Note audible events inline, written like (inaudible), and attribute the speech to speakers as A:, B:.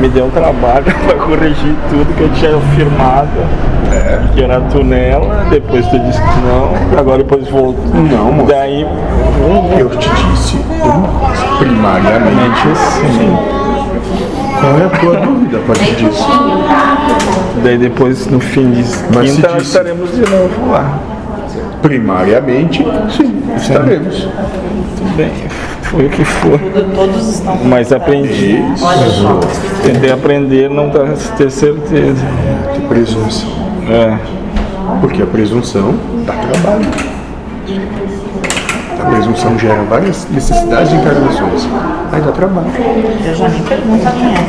A: me deu um trabalho (laughs) pra corrigir tudo que eu tinha afirmado.
B: É?
A: Que era tu nela, depois tu disse que não, agora depois voltou.
B: Não, moço.
A: Daí,
B: Eu te disse primariamente sim. Qual é a tua dúvida a partir
A: Então,
B: disso?
A: daí depois no fim de
B: Mas se
A: quinta
B: disse-
A: nós estaremos de novo lá.
B: Primariamente, sim, estaremos.
A: Tudo bem, (laughs) foi o que foi.
C: Todos estão.
A: Mas aprendi,
B: Isso,
A: tentei aprender, não tá- ter certeza.
B: de presunção.
A: É,
B: Porque a presunção dá trabalho. A presunção gera várias necessidades e encarnações. Aí dá trabalho.
C: Eu já nem pergunto a quem é.